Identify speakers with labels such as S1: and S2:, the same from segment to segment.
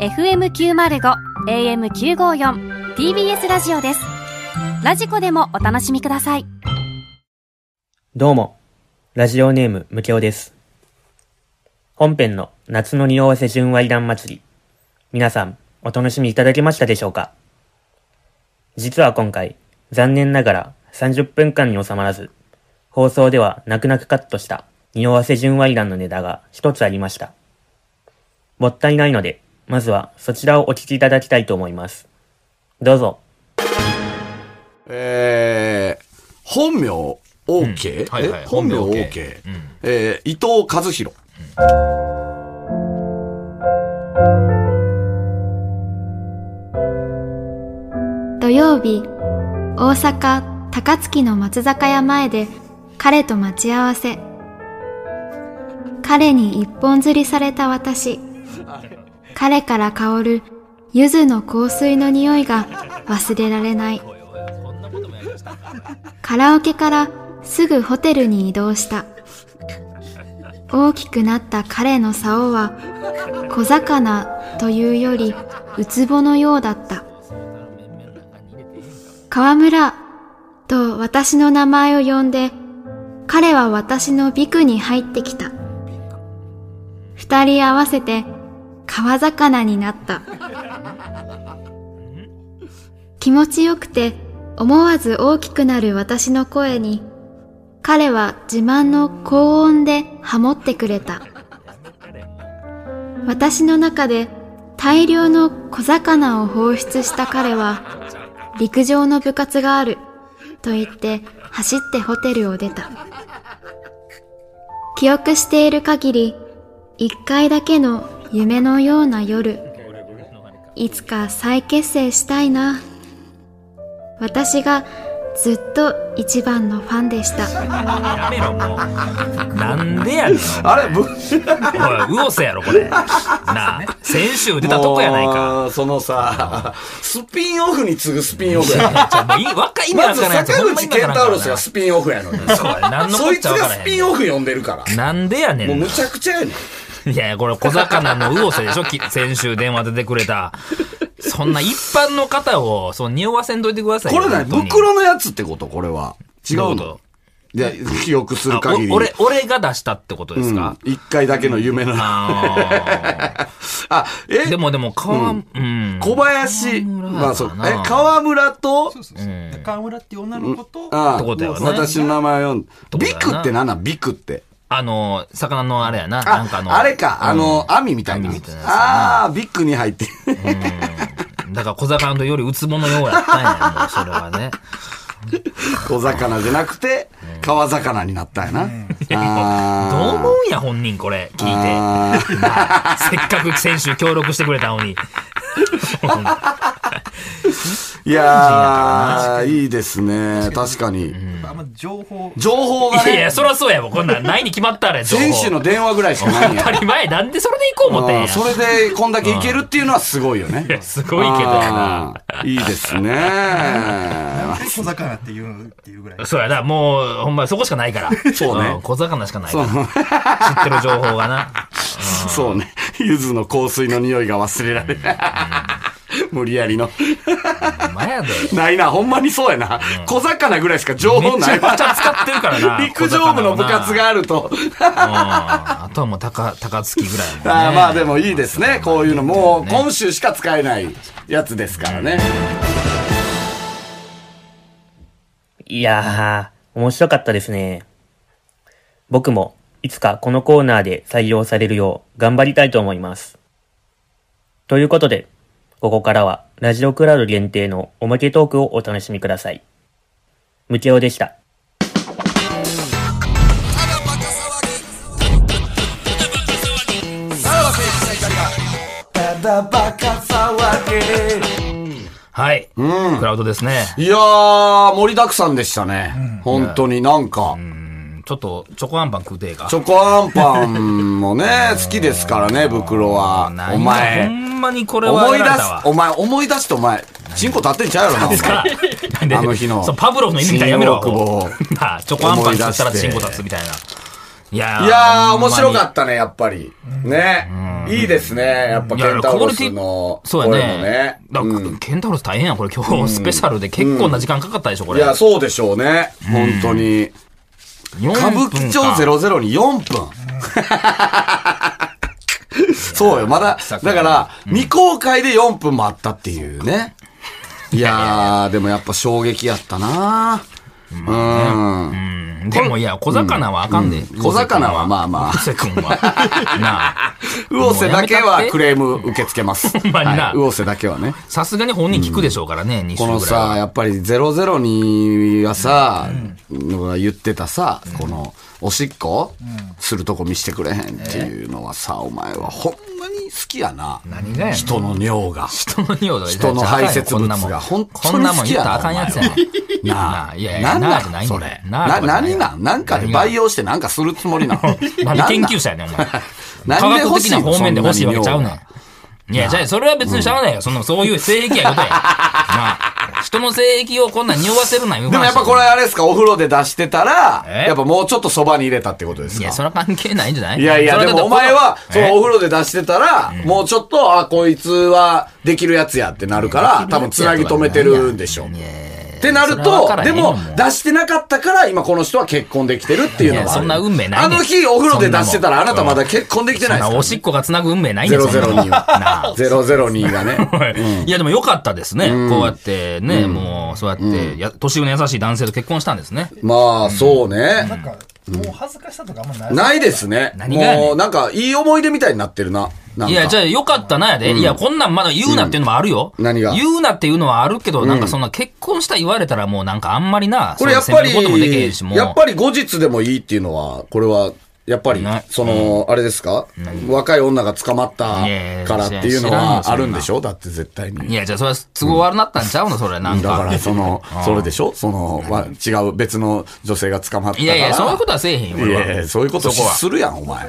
S1: FM905 AM954 TBS ラジオですラジコでもお楽しみください
S2: どうも、ラジオネームむけおです。本編の夏の匂わせ純愛談祭り、皆さんお楽しみいただけましたでしょうか実は今回、残念ながら30分間に収まらず、放送では泣く泣くカットした匂わせ純愛談のネタが一つありました。もったいないので、まずはそちらをお聞きいただきたいと思います。どうぞ。
S3: えー、本名 OK?、
S4: はいはい
S3: え本名
S4: 本名
S3: OK。えー、伊藤和弘。
S5: 土曜日大阪高槻の松坂屋前で彼と待ち合わせ彼に一本釣りされた私彼から香る柚子の香水の匂いが忘れられないカラオケからすぐホテルに移動した大きくなった彼の竿は小魚というよりウツボのようだった河村と私の名前を呼んで、彼は私のビクに入ってきた。二人合わせて川魚になった。気持ちよくて思わず大きくなる私の声に、彼は自慢の高音でハモってくれた。私の中で大量の小魚を放出した彼は、陸上の部活がある、と言って走ってホテルを出た。記憶している限り、一回だけの夢のような夜、いつか再結成したいな。私がずっと一番のファンでした。
S4: やめろ、もう。なんでやねん。
S3: あれ、ぶ
S4: おい、ウオセやろ、これ。なあ、先週出たとこやないか。
S3: もうそのさ、 スピンオフに次ぐスピンオフやな
S4: まあ、いい、わ か意味
S3: ま
S4: わ
S3: ず
S4: からんやつ。
S3: 坂
S4: ほんま意
S3: 口
S4: 味
S3: 健
S4: わ
S3: 太
S4: からん
S3: 郎
S4: か
S3: 氏が
S4: ら
S3: スピンオフやのに。
S4: なそうや、何のこ
S3: そ
S4: っ
S3: いつ
S4: ちゃわ
S3: が
S4: から
S3: ス
S4: へ
S3: ピンオフ呼んでるから。
S4: ん。なんでやね
S3: もうん
S4: な
S3: む。ちゃくちゃやねん。
S4: いやいや、これ小魚の魚瀬でしょき 先週電話出てくれた。そんな一般の方を、そう、匂わせんといてください
S3: こ
S4: よ。
S3: れ何
S4: 本当に
S3: 袋のやつってことこれは。違
S4: どういうう
S3: の
S4: こ
S3: いや、記憶する
S4: とあ
S3: 限り。
S4: お俺、俺が出したってことで
S3: う
S4: す
S3: ん
S4: か、
S3: 一回だけの夢の。あ、
S4: あー
S3: え
S4: でもでも、川、うん。
S3: 小林、
S4: 川村
S3: まあそう、
S4: かな
S3: え、河村と、
S6: 川村っていう女の子と、
S3: あ
S4: ってことやわね
S3: 私の名前を、
S4: こと
S3: ビ
S4: やな
S3: クってなんなんビクって。
S4: あの、魚のあれやな。なんか
S3: あ、
S4: の。
S3: あれか、あの、網みたいな
S4: 網みたいなや。つやな
S3: ああ、ビクに入って。
S4: うん。だから小魚とよりウツボのようやったんや、もうそれはね。
S3: 小魚じゃなくて、川魚になったんやな。
S4: どう
S3: あ
S4: 思うんや、本人これ、聞いて。
S3: あー
S4: せっかく先週協力してくれた のに。
S3: いやー、いいですね。確かに。
S6: あんま情報、
S3: 情報が
S4: いやいや、
S3: ね、
S4: そらそうやもん。こんなんないに決まったらや、情報
S3: 選手の電話ぐらいしかないんや
S4: 当。たり前、なんでそれで行こう思ってん
S3: あー
S4: や。
S3: それでこんだけいけるっていうのはすごいよね。
S4: いやすごいけどやな。
S3: あーいいですね。
S6: で小魚っていうのっていうぐらい。
S4: そうやな、もう、ほんまそこしかないから。
S3: そうね
S4: ん小魚しかないから。知ってる情報がな。
S3: そうね。柚子の香水の匂いが忘れられない。 無理やりの。
S4: ほんまやで。
S3: ないな、ほんまにそうやな。小魚ぐらいしか情報
S4: めち
S3: な
S4: ゃ
S3: い
S4: く
S3: わ
S4: ち。ゃ使ってるからな。
S3: 陸上部の部活があると。
S4: 小魚をな。うんあとはもう高、高槻ぐらいやもん ね。
S3: あーまあでもいいですね。こういうのもう今週しか使えないやつですからね。
S2: いやー、面白かったですね。僕も、いつかこのコーナーで採用されるよう頑張りたいと思います。ということで、ここからは、ラジオクラウド限定のおまけトークをお楽しみください。無形でした。
S4: はい。クラウドですね。
S3: いやー、盛りだくさんでしたね。本当になんか。
S4: うんちょっと、チョコアンパン食うてええか。
S3: チョコアンパンもね、好きですからね、袋は
S4: なん。や
S3: お
S4: ほ
S3: 前、
S4: んまにこれは
S3: 思い
S4: や
S3: 出
S4: ら
S3: す
S4: れたわ、
S3: お前、思い出してお前、チンコ立ってんちゃうやろな、お前
S4: なん で
S3: あの日の
S4: そうパブロフの犬みたいなやめろ。
S3: 新大久保を
S4: なあチョコアンパン食ったらチンコ立つみたいな。いや
S3: いやー、面白か
S4: た。
S3: ったね、やっぱり。ね。いいですね、やっぱ、
S4: い
S3: ケ
S4: や
S3: ンタロスの。
S4: そうや
S3: 声も
S4: ね。だから
S3: うん
S4: ケンタロス大変やん、これ今日スペシャルで結構な時間かかったでしょ、こ
S3: い
S4: れ。
S3: や、そうでしょうね。本当に。
S4: 4分
S3: 歌
S4: か
S3: 舞伎町00に4分。そうよ、まだ、だから、未公開で4分もあったっていうね。いやー、でもやっぱ衝撃やったなうん。
S4: うんでもいや、小魚はあかんで。
S3: 小魚はまあまあ
S4: 小。瀬君は。なあ。
S3: 魚瀬だけはク
S4: れ。
S3: レーム受け付けます。
S4: ほんまにな
S3: はい魚瀬だけはね。
S4: さすがに本人聞くでしょうからね、2週
S3: この
S4: ぐらい
S3: さ、
S4: は。
S3: やっぱり00にはさ、言ってたさ、この、おしっこ、するとこ見してくれへんっていうのはさ、お前はほんまに好きやな。
S4: 何がやねん
S3: 人の尿が。
S4: 人の尿が
S3: 人の排泄物が本当
S4: こん
S3: に
S4: なも
S3: 好
S4: ん
S3: き
S4: 言
S3: や
S4: ったら
S3: な。
S4: あかんやつやねん。
S3: な
S4: な
S3: あ、
S4: あいやい
S3: な
S4: や
S3: ん
S4: なあ
S3: な
S4: じゃ
S3: ん
S4: ないねん
S3: それ。
S4: なあ
S3: な、
S4: とかじゃな
S3: 何
S4: い
S3: なんなんかで
S4: 何が
S3: 培養してなんかするつもりなの
S4: まだ
S3: なん
S4: 研
S3: なん
S4: 究者やねん、お前。 科
S3: なんで
S4: 学
S3: 欲
S4: 的
S3: しい
S4: な
S3: の
S4: 方面で欲しいわけ ちゃう
S3: そん
S4: ね
S3: なに尿が
S4: ん。いや、じゃあ、それは別にしゃあないよ。そんな、そういう性癖 やことや。なあ。人の性癖をこんなん匂わせるな、で
S3: でもやっぱこれ、あれですか、お風呂で出してたら、
S4: え
S3: やっぱもうちょっとそばに入れたってことです
S4: い
S3: か
S4: や、それは関係ないんじゃない
S3: いやいや、
S4: それ
S3: で
S4: は
S3: もお前は、そ
S4: だって
S3: のお風呂で出してたら、もうちょっと、あ、こいつはできるやつやってなるから、多分つなぎ止めてるんでしょう。ってなる
S4: それは
S3: と
S4: 分か、らへ
S3: で
S4: んよ
S3: も
S4: もう
S3: 出してなかったから、今この人は結婚できてるっていうのが
S4: いや
S3: ある。
S4: そんな運命ない
S3: あ
S4: ねん
S3: の日お風呂で出してたら、あ
S4: そんなも
S3: な
S4: ん
S3: たまだ結婚できて
S4: え
S3: ない
S4: え
S3: ですか
S4: そんな
S3: ら
S4: おしっこが繋ぐ運命ないねんそんなもん
S3: 002
S4: なあ
S3: は。002が ね。
S4: いや、でも良かったですね。こうやってね、もう、そうやって、や年上の優しい男性と結婚したんですね。
S3: まあ、そうね。
S6: なんか、もう恥ずかしさとかあんまない。
S3: ないですね。
S4: 何がやねん
S3: もう、なんか、いい思い出みたいになってるな。なんか
S4: いや、じゃあ良かったなやで。いや、こんなんまだ言うなっていうのもあるよ。
S3: うん何が
S4: 言うなっていうのはあるけど、なんかそんな結婚した言われたらもうなんかあんまりな、
S3: これやっぱり、
S4: そういう責めることもできへんし、もう。
S3: やっぱり後日でもいいっていうのは、これは、やっぱり
S4: ね、
S3: その、あれですか若い女が捕まった
S4: いやいや
S3: からっていうの
S4: 知らんよ
S3: は
S4: そんな
S3: あるんでしょだって絶対
S4: い
S3: に。
S4: や、じゃあそれは都合悪なったんちゃうのそれ、なん
S3: だ
S4: か。
S3: から、その、それでしょその、わ違う別の女性が捕まったから。
S4: いやいや、そういうことはせえへんよ、
S3: い
S4: 俺は。
S3: やいやそういうこと
S4: そこは
S3: するやん、お前。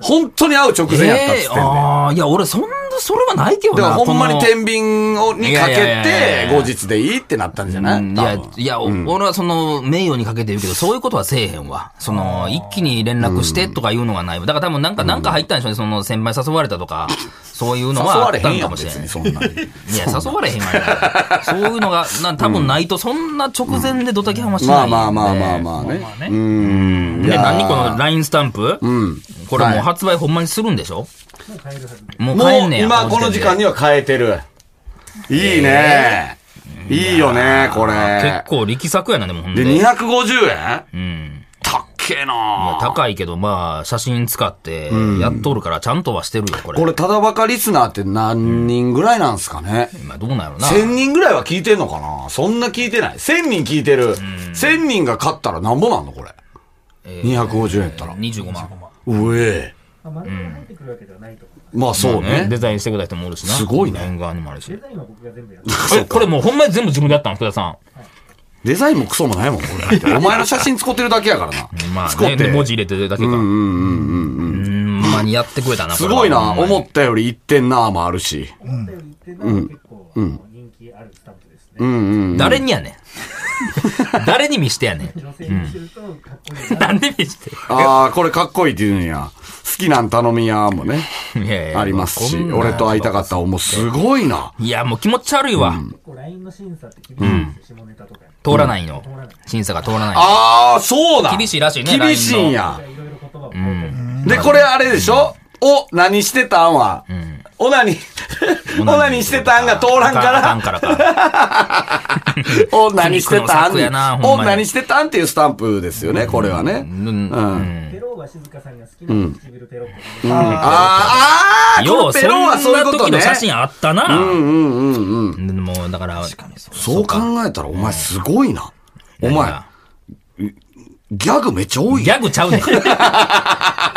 S3: 本当に会う直前やったっつって
S4: ええ
S3: ん
S4: ー、
S3: だよ
S4: ああ、いや、俺、そんな、それはないけど
S3: だから
S4: な。
S3: ほんまに
S4: この
S3: 天秤をにかけ
S4: いやいやいや
S3: て
S4: い、や
S3: 後日でいいってなったんじゃない
S4: うんい
S3: 多
S4: や
S3: 分、
S4: いや、お俺はその、名誉にかけて言うけど、そういうことはせえへんわ。その、一気に連絡してとかいうのはないわ。だから多分なんか、なんか入ったんでしょうね。その、先輩誘われたとか、そういうの
S3: 誘
S4: はあ
S3: わ
S4: っ
S3: れ
S4: た
S3: へん
S4: ん
S3: や
S4: か
S3: ん、
S4: もしれ
S3: 別
S4: ない
S3: に。そんなに。
S4: いや、誘われへんわよ。そういうのが、な多分ないと、そんな直前でドタキャンはし
S3: ま
S4: な
S3: あ
S4: い。
S3: まあまあまあまあね。
S4: あね。
S3: うん。い
S4: で、
S3: やー
S4: 何この LINE スタンプこれもう発売ほんまにするんでしょもう
S3: もう
S4: 帰んねや。
S3: 今この時間に
S4: は。
S3: は変えてる。いいね。いいよね、これ
S4: 結。構力作やな、でもほん
S3: で、
S4: で。
S3: 250円
S4: うん。
S3: たっけえ
S4: いや
S3: な
S4: 高いけど、まあ、写真使って、やっとるから、ちゃんとはしてるよ、これ。
S3: これ、ただばかリスナーって何人ぐらいなんすかね
S4: まあ、どうなんやろな。
S3: 1000人ぐらいは聞いてんのかなそんな聞いてない。1000人聞いてる。1000人が勝ったらなんぼなんのこれ。250円やったら。
S4: 25万。
S3: うえ。まあそうね。
S4: デザインしてくれた人もおるしな。
S3: すごいね
S4: 縁側にもあるし。デザインは僕が全部やる。これもうほんまに全部自分でやったの、福田さん。
S3: デザインもクソもないもん、これだって。お前の写真使ってるだけやからな。
S4: まあ
S3: 使
S4: ね、
S3: って
S4: で文字入れてるだけか。うんうんうんうん。ほんまにやってくれたな、
S3: すごいな。
S4: これはほんま
S3: 思
S4: に
S3: ったより一点なもあるし。
S4: 誰にやねん。誰に見してやねん。うんなんで見して
S3: ああ、これかっこいいって言うんや。好きなん頼みやもね、
S4: いやい や
S3: ありますし。
S4: こんな
S3: 俺と会いたかったもうすごいな。
S4: いや、もう気持ち悪いわ。通らないの。審査が通らない。
S3: ああ、そうだ。
S4: 厳しいらしいね
S3: 厳しいんや。
S4: うん。
S3: で、これあれでしょお、何してたんは。オナ ニ、オナニしてたんが通らん
S4: あかん
S3: か
S4: からか。
S3: ら、 お、何してた
S4: 苦肉の策やなんほん
S3: お、
S4: まに
S3: 何してたんっていうスタンプですよね、これはね。
S4: うんうん
S3: あーあー、こ
S4: よ
S3: の
S4: う、
S3: ペ
S4: そん
S3: ロン
S4: な
S3: はそういうこと
S4: 時
S3: ね
S4: の。写真あったな。
S3: うんうんうんうん。
S4: もう、だから、
S3: そう考えたら、お前すごいな。お
S4: 何
S3: 前
S4: が、
S3: ギャグめっちゃ多い
S4: ギ
S3: やん。
S4: ャグちゃうねん。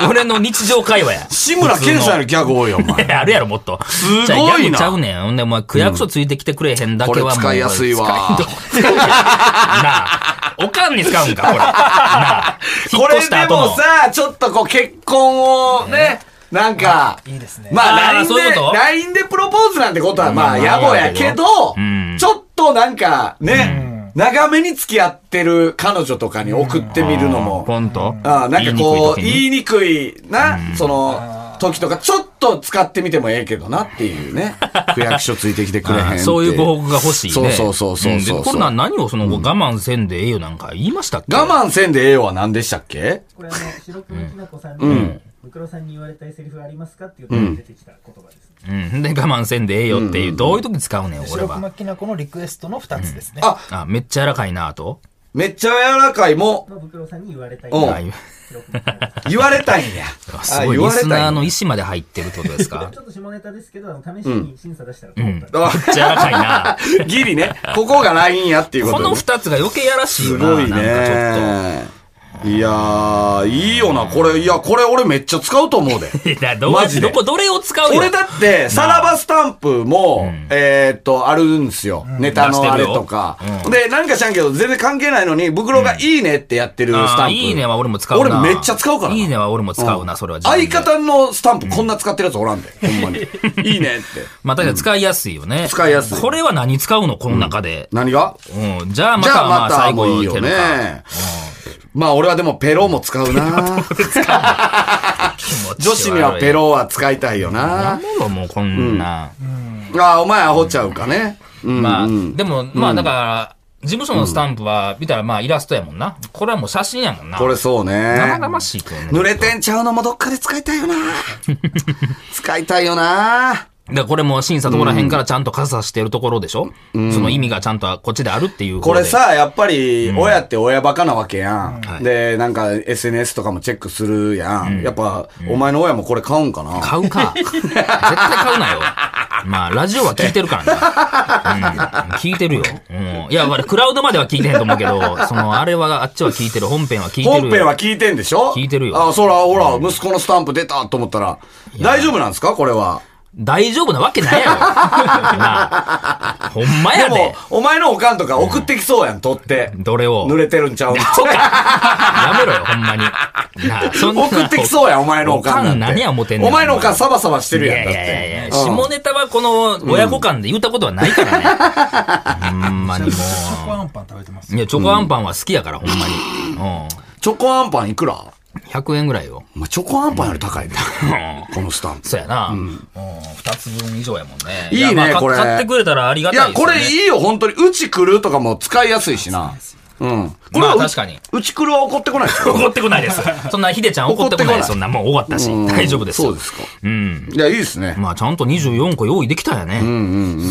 S4: 俺の日常会話や。
S3: 志村けんさんのギャグ多いよ、お前。
S4: い やあるやろ、もっと。す
S3: ごいな
S4: ギャグちゃうねん。ほんで、お前、区役所ついてきてくれへんだけはもう、
S3: これ使いやすい わ
S4: 使いどなあ、おかんに使うんか、これ。なあ、引 っ
S3: こ
S4: 越
S3: れ
S4: した
S3: で
S4: 後の
S3: も。さ、ちょっとこう結婚をね、なんか、
S6: いいですね。
S3: まあ
S4: あー
S3: LINE
S4: そういう
S3: で、
S4: こと
S3: LINE でプロポーズなんてことはま
S4: まあ
S3: あ野暮やけど
S4: うん、
S3: ちょっとなんかね、長めに付き合ってる彼女とかに送ってみるのも、
S4: ポンと。
S3: ああ、なんかこう、
S4: 言
S3: 言
S4: いにくい時に
S3: いにくいな、その、時とか、ちょっと使ってみてもええけどなっていう ね。区役所ついてきてくれへんっ
S4: あ
S3: て。
S4: あそういうご報告が欲しいね。
S3: そうそうそうそうそうん
S4: でこんなん何をその我慢せんでええよなんか言いましたっけ
S3: 我慢せんでええよは何でしたっけ
S7: これあの白黒きなこさんにブクロさんに言われたいセリフありますかっていうところに出てきた言葉ですね、
S4: うん。で、我慢せんでええよっていう、どういう時使うねん、俺
S7: 白
S4: は。
S7: 熊きなこのリクエストの2つですね、
S3: あ
S4: あ、めっちゃ柔らかいなと。
S3: めっちゃ柔らかいも、
S7: のブクロさんに言われたい
S3: うん
S4: あいう。
S7: 白熊きなこ
S3: 言われたいんや
S4: すごい、
S3: あ
S4: リ スナーの
S3: ん
S4: 意
S3: や
S4: 思まで入ってるってこ とですか
S7: ちょっと下ネタですけどあの試しに審査出したら通ったんで、
S3: あ
S4: めっちゃ柔らかいな。
S3: ギリね。ここがラインやっていうこ
S4: こと
S3: ね
S4: の二つが余計やらしいよ
S3: す
S4: な。
S3: ごい
S4: なんか
S3: ね。いやー、いいよな、これ。いや、これ俺めっちゃ使うと 思うで。
S4: ちょっと。だどう
S3: マジで
S4: どこ、どれを使うよ
S3: 俺だって、さらばスタンプも、えーっと、あるんですよ。ネタのあれとか
S4: 出してるよ。うん
S3: で、なんか知らんけど、全然関係ないのに、袋がいいねってやってるスタ
S4: あ
S3: ン
S4: ー
S3: プ。
S4: いいねは俺も使うな。
S3: 俺めっちゃ使うからない
S4: いねは俺も使うな、それは自分
S3: 相
S4: で。
S3: 方のスタンプこんな使ってるやつおらんで。ほんま に。いいねって。
S4: まあ、確かに使いやすいよね。
S3: 使いやすい
S4: これは何使うのこの中で。
S3: 何が
S4: うん。じゃあま
S3: じ
S4: た、
S3: ゃあ
S4: ま
S3: ま
S4: あ、
S3: た
S4: 最
S3: もう
S4: 後
S3: いい
S4: いけ
S3: よ
S4: るか。
S3: ね。まあ俺はでもペロも使うな。 女子にはペロは使いたいよ
S4: や
S3: な。
S4: めろ、もうこんな。
S3: あ、お前アホちゃうかね。うん
S4: まあ、
S3: うん
S4: でも、まあ、だから、事務所のスタンプは、見たらまあ、イラストやもんな。これはもう写真やもんな。
S3: これ、そう
S4: 生
S3: ね。
S4: 々しいと思うね。
S3: 濡れてんちゃうのもどっかで使いたい よな。使いたいよな。
S4: で、これも審査とこら辺からちゃんと傘してるところでしょ、その意味がちゃんとこっちであるっていう
S3: こ
S4: 方で
S3: れ、さ、やっぱり、親って親バカなわけや
S4: はい
S3: ん。で、なんか SNS とかもチェックするやん。やっぱ、お前の親もこれ買うんかな。
S4: 買う か。絶対買うなよ。まあ、ラジオは聞いてるからな。うん、聞いてるよ。うん。いや、まあクラウドまでは聞いてへんと思うけど、その、あれは、あっちは聞いてる。本編は聞いてる。
S3: 本編は聞いてんでしょ
S4: 聞いてるよ
S3: あ、そら、ほら、息子のスタンプ出たと思ったら、大丈夫なんですかこれは。
S4: 大丈夫なわけないやろ。なあ。ほんま
S3: で
S4: やで
S3: も。、お前のおかんとか送ってきそうやん、取って。
S4: どれを。
S3: 濡れてるんちゃうの
S4: そうか。やめろよ、ほんまに。なあ、そん な
S3: 送ってきそうやん、お前のおかんなんて。
S4: おかん何や思てんねん
S3: お前のおかんサバサバしてるやん、
S4: い
S3: だ
S4: や
S3: っ
S4: いやいやい
S3: て。
S4: や、
S3: うん
S4: 下ネタはこの親子間で言ったことはないからね。ほんまにも
S7: チョコア
S4: う。
S7: ンパン食べてます
S4: いや、チョコアンパンは好きやから、ほんまに。う
S3: チョコアンパンいくら
S4: ん。100円ぐらいよ。
S3: お前チョコアンパンより高 いで。このスタンプ。
S4: そうやな。うん。二つ分以上やもんね。
S3: いいね
S4: やまあか
S3: これ
S4: 買ってくれたらありが
S3: い
S4: た
S3: や、
S4: いです
S3: こ
S4: よね。
S3: れいいよ、本当に。うち来るとかも使いやすいしな。うん。これ
S4: まあ
S3: は、
S4: 確かに。
S3: うち来るは怒ってこないですよ。
S4: 怒 ってこないです。そんな、ひでちゃん怒ってこないで
S3: 怒ってこない
S4: す。そんな、もう終わったし。大丈夫です。
S3: そうですか。
S4: うん。
S3: いや、いいですね。
S4: まあ、ちゃんと24個用意できたんやね。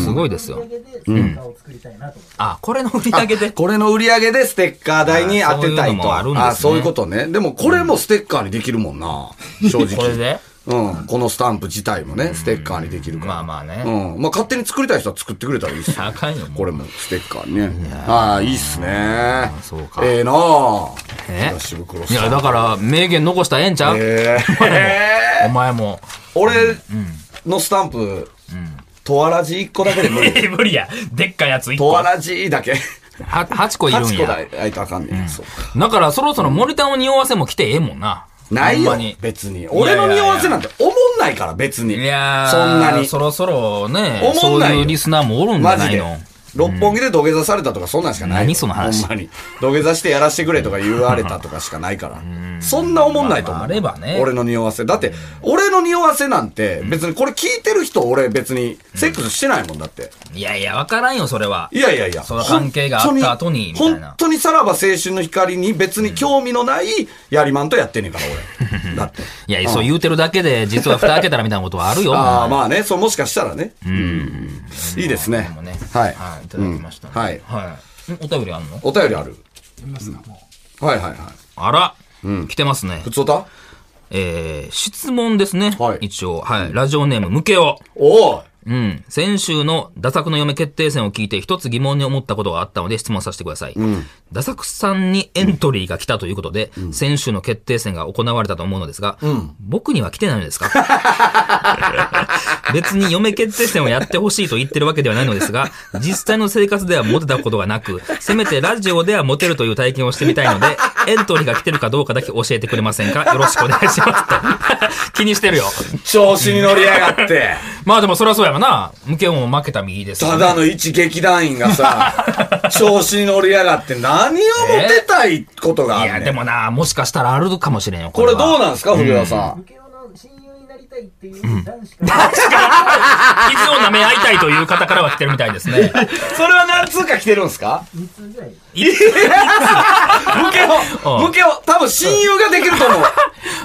S4: すごいですよ
S7: お。土産で参加を作りたいなと思って、
S4: あ、これの売り上げで。
S3: これの売り上げでステッカー代に当てたいと。
S4: あそういうのもあるんですね
S3: あそういうことね。でもこれもステッカーにできるもんな。正直。
S4: これで
S3: うん。このスタンプ自体もね、ステッカーにできるから。
S4: まあまあね
S3: うん。まあ勝手に作りたい人は作ってくれたらいいっすよ。
S4: 高いよ、もう
S3: これもステッカーね。ああ、いいっすね。
S4: そうか
S3: ええなあ。
S4: え
S3: 東袋
S4: い
S3: さん。
S4: や、だから、名言残したらええんちゃう
S3: え え
S4: お前も。
S3: 俺のスタンプ、とわらじ1個だけで無 理。
S4: 無理や。でっかいやつ1
S3: とわらじだけ。
S4: は、8個いるん
S3: 8個だ
S4: や。
S3: いとあかんねん。そうか。
S4: だから、そろそろ森田の匂わせも来てええもんな。
S3: ない
S4: ほ
S3: よ
S4: んまに、
S3: 別に。
S4: いや
S3: 俺
S4: いや
S3: の匂わせなんて思んないから、別に。
S4: いやー、
S3: そんなに。
S4: そろそろね、
S3: 思
S4: そ
S3: ん
S4: う
S3: ないよ
S4: いうリスナーもおるんじゃ
S3: マ
S4: な
S3: ジ
S4: い
S3: で
S4: の。
S3: 六本木で土下座されたとか、そんなんしかないよ。
S4: 何その話
S3: ほんまに。土下座してやらしてくれとか言われたとかしかないから。そんな思んないと思う。
S4: まあまああればね
S3: 俺の匂わせ。だって、俺の匂わせなんて、別にこれ聞いてる人、俺別に、セックスしてないもんだって。
S4: いやいや、わからんよ、それは。
S3: いやいやいや。
S4: その関係があった後に
S3: 本当
S4: みたいな
S3: 本当にさらば青春の光に別に興味のないやりまんとやってんねんから、 俺。だって。
S4: いや、そう言うてるだけで、実は蓋開けたらみたいなことはあるよ。
S3: あ あ、
S4: あ。
S3: まあね、そう、もしかしたらね。うん。いいですね
S4: もね。。
S3: はい。
S4: い。いただきましたね。
S3: うんはい
S4: はい。んお便りあんの
S3: お便りあるはいはいはい。
S4: あら。来てますね
S3: 普。通だ
S4: えー、質問ですね。
S3: はい
S4: 一応。はい。ラジオネーム、ムケオ。
S3: おお
S4: うん。先週のダサ作の嫁決定戦を聞いて一つ疑問に思ったことがあったので質問させてください。ダサ作さんにエントリーが来たということで、先週の決定戦が行われたと思うのですが、僕には来てないのですか 別に嫁決定戦をやってほしいと言ってるわけではないのですが、実際の生活ではモテたことがなく、せめてラジオではモテるという体験をしてみたいので、エントリーが来てるかどうかだけ教えてくれませんかよろしくお願いしますと。 気にしてるよ。
S3: 調子に乗りやがって。
S4: まあでもそりゃそうやわな。ムケも負けた右ですよ
S3: た
S4: ね、
S3: だの一劇団員がさ、 調子に乗りやがって何をモテたいことがあ
S4: い
S3: るね
S4: や、
S3: ん
S4: でもな、もしかしたらあるかもしれんよ。
S3: これどう
S4: は
S3: なんですか、古谷さ
S7: ム
S3: ん。
S7: ケオの親友になりたいっていう男子から、
S4: 傷を舐め合いたいという方からは来てるみたいで すね。
S3: それは何通か来てるんですか
S7: 3つぐらい
S3: ムケオ、
S4: うん
S3: ムケオ、多分親友ができると思う。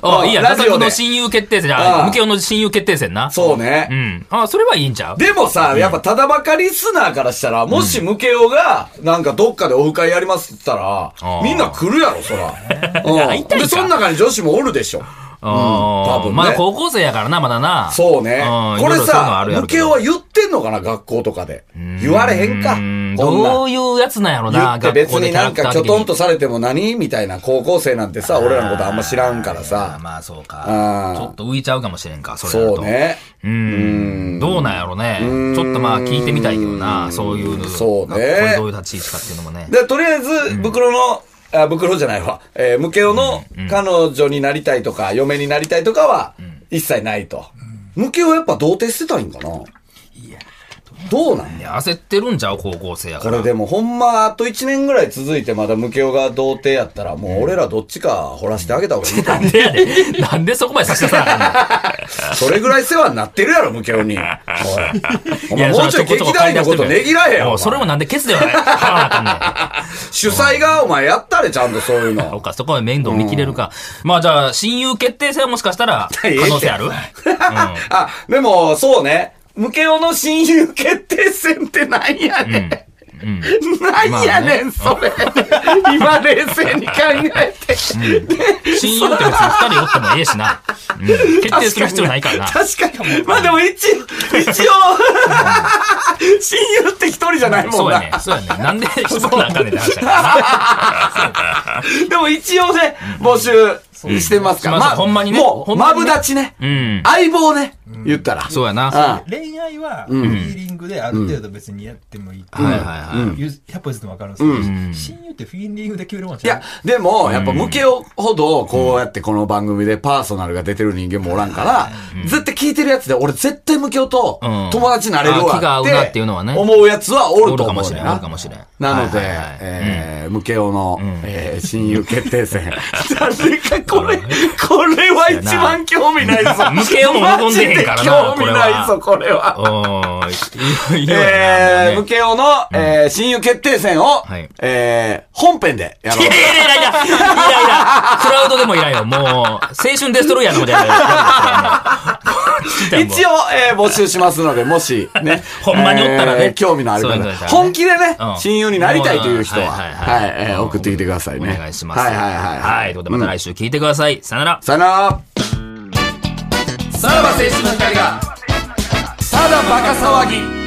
S4: あいいや、
S3: ラ
S4: ダ
S3: ジ
S4: サ
S3: オ
S4: ク
S3: で
S4: の親友決定戦、
S3: あ
S4: あ
S3: あ
S4: ムケオの親友決定戦な。
S3: そう
S4: う
S3: ね。
S4: ん。あ、それはいいんちゃう
S3: でもさ、やっぱただばかリスナーからしたら、もしムケオが、なんかどっかでオフ会やりますって言ったら
S4: あ、
S3: みんな来るやろ、そ ら。
S4: 会
S3: う
S4: い
S3: ん。
S4: たいか
S3: で、その中に女子もおるでしょ。多
S4: 多
S3: 分ね
S4: まだ高校生やからな、まだな。
S3: そうね
S4: う。ん
S3: これ
S4: いろいろそういうの
S3: さ
S4: あ、るやろ
S3: ム
S4: け
S3: ケ
S4: ど
S3: オは言ってんのかな、学校とかで。言われへんか。
S4: うん
S3: こんなん
S4: どういうやつなんやろ
S3: 言
S4: な、
S3: って別になんかきょ
S4: 学校でキャラクター的に
S3: とんとされても何みたいな高校生なんてさ、俺らのことあんま知らんから
S4: あ
S3: さ。
S4: まあそうか。
S3: あー
S4: ちょっと浮いちゃうかもしれんか、それだと。
S3: そう。ね。
S4: うん。どうなんやろね。ちょっとまあ聞いてみたいけどな、そういうの。
S3: そうね
S4: これどういう立ち位置かっていうのもね。
S3: で、とりあえず、袋の、あ、袋じゃないわ。えー、ムケオの彼女になりたいとか、嫁になりたいとかは、一切ないと。ムケオやっぱ童貞してたいんかないや。どうなん
S4: いや焦ってるんちゃう、高校生やか
S3: こ
S4: ら。
S3: れでもほんまあと1年ぐらい続いてまだムケオが童貞やったら、もう俺らどっちか掘らしてあげた方がいいと思う
S4: なんでやねんなんでそこまで差し出さなあかんの
S3: それぐらい世話になってるやろ、ムケ オに。おい お前もうちょい劇団員のことねぎらえよ。お
S4: も
S3: 前
S4: うそれもなんでケツ ではない。払わなあかん
S3: 主催が、お前やったれ、ちゃんとそういう
S4: ねん。そ
S3: の
S4: う。か、そこまで面倒見切れるか。まあじゃあ、親友決定戦はもしかしたら、可能性あるうん。
S3: あ、でも、そうね。ムケオの親友決定戦ってなんやねん。
S4: うん。
S3: なんやねん、それ。今、冷静に考えて。
S4: 親友って別に二人おってもええしな。うん。決定する必要ないからな。
S3: 確かに。まあでも、一応、一応、親友って一人じゃないも
S4: そ
S3: ん
S4: うや
S3: な。
S4: ね。そうやね。なんで引っ張らなあかんねんって話だからな。
S3: でも一応ね、募集してますから。
S4: うんしますほんまにね
S3: も
S4: ほ
S3: う、
S4: んま
S3: マ
S4: にね
S3: ブダチね。
S4: うん。
S3: 相棒ね。言ったら。
S4: そうやな。は
S3: あ
S7: 恋愛はフィーリングである程度別にやってもいいって
S4: いはいは
S7: ゆ100歩ずつ分かるんですけど、親友ってフィーリングで決めるもん
S3: い
S7: じゃ
S3: や
S7: ない、
S3: でも、やっぱ、ムケオほど、こうやってこの番組でパーソナルが出てる人間もおらんから、絶対聞いてるやつで、俺絶対ムケオと
S4: うん
S3: 友達になれるわ。
S4: あ気が合うなっていうのはね
S3: 思うやつはお
S4: い。
S3: る
S4: お
S3: と
S4: るか
S3: 思
S4: も
S3: う
S4: し
S3: ね
S4: れ
S3: ん
S4: ん。
S3: な
S4: おるかもしれん。
S3: なので
S4: はいはいはい、
S3: えームケオの、えー親友決定 戦。誰かこれ、
S4: うん
S3: これは一番興味ない ぞ。
S4: ムケオも望んでへんからな
S3: マジで興味ないぞ、これは。
S4: おーい、いろいろや
S3: え
S4: な。
S3: ー、
S4: も
S3: ム
S4: うね
S3: ケオの、えー親友決定戦を、
S4: はい
S3: えー本編でやろう
S4: いやいやいやいやいやいやクラウドでもいらんよ。もう、青春デストロイヤーのことやない。。
S3: 一応、えー募集しますので、もし、ね
S4: ほんまにおったらね
S3: 興味のある
S4: そう
S3: 方、
S4: いうのやったらね
S3: 本気でね、
S4: うん
S3: 親友になりたいという人は、
S4: も
S3: はい、
S4: はいはいはい
S3: えー送ってきてくださいね。
S4: お願いします。
S3: はいはいはい。
S4: はい。ということでまた来週聞いてください。さよなら。
S3: さよなら。
S4: さらば青春の光が。
S3: ただバカ騒ぎ。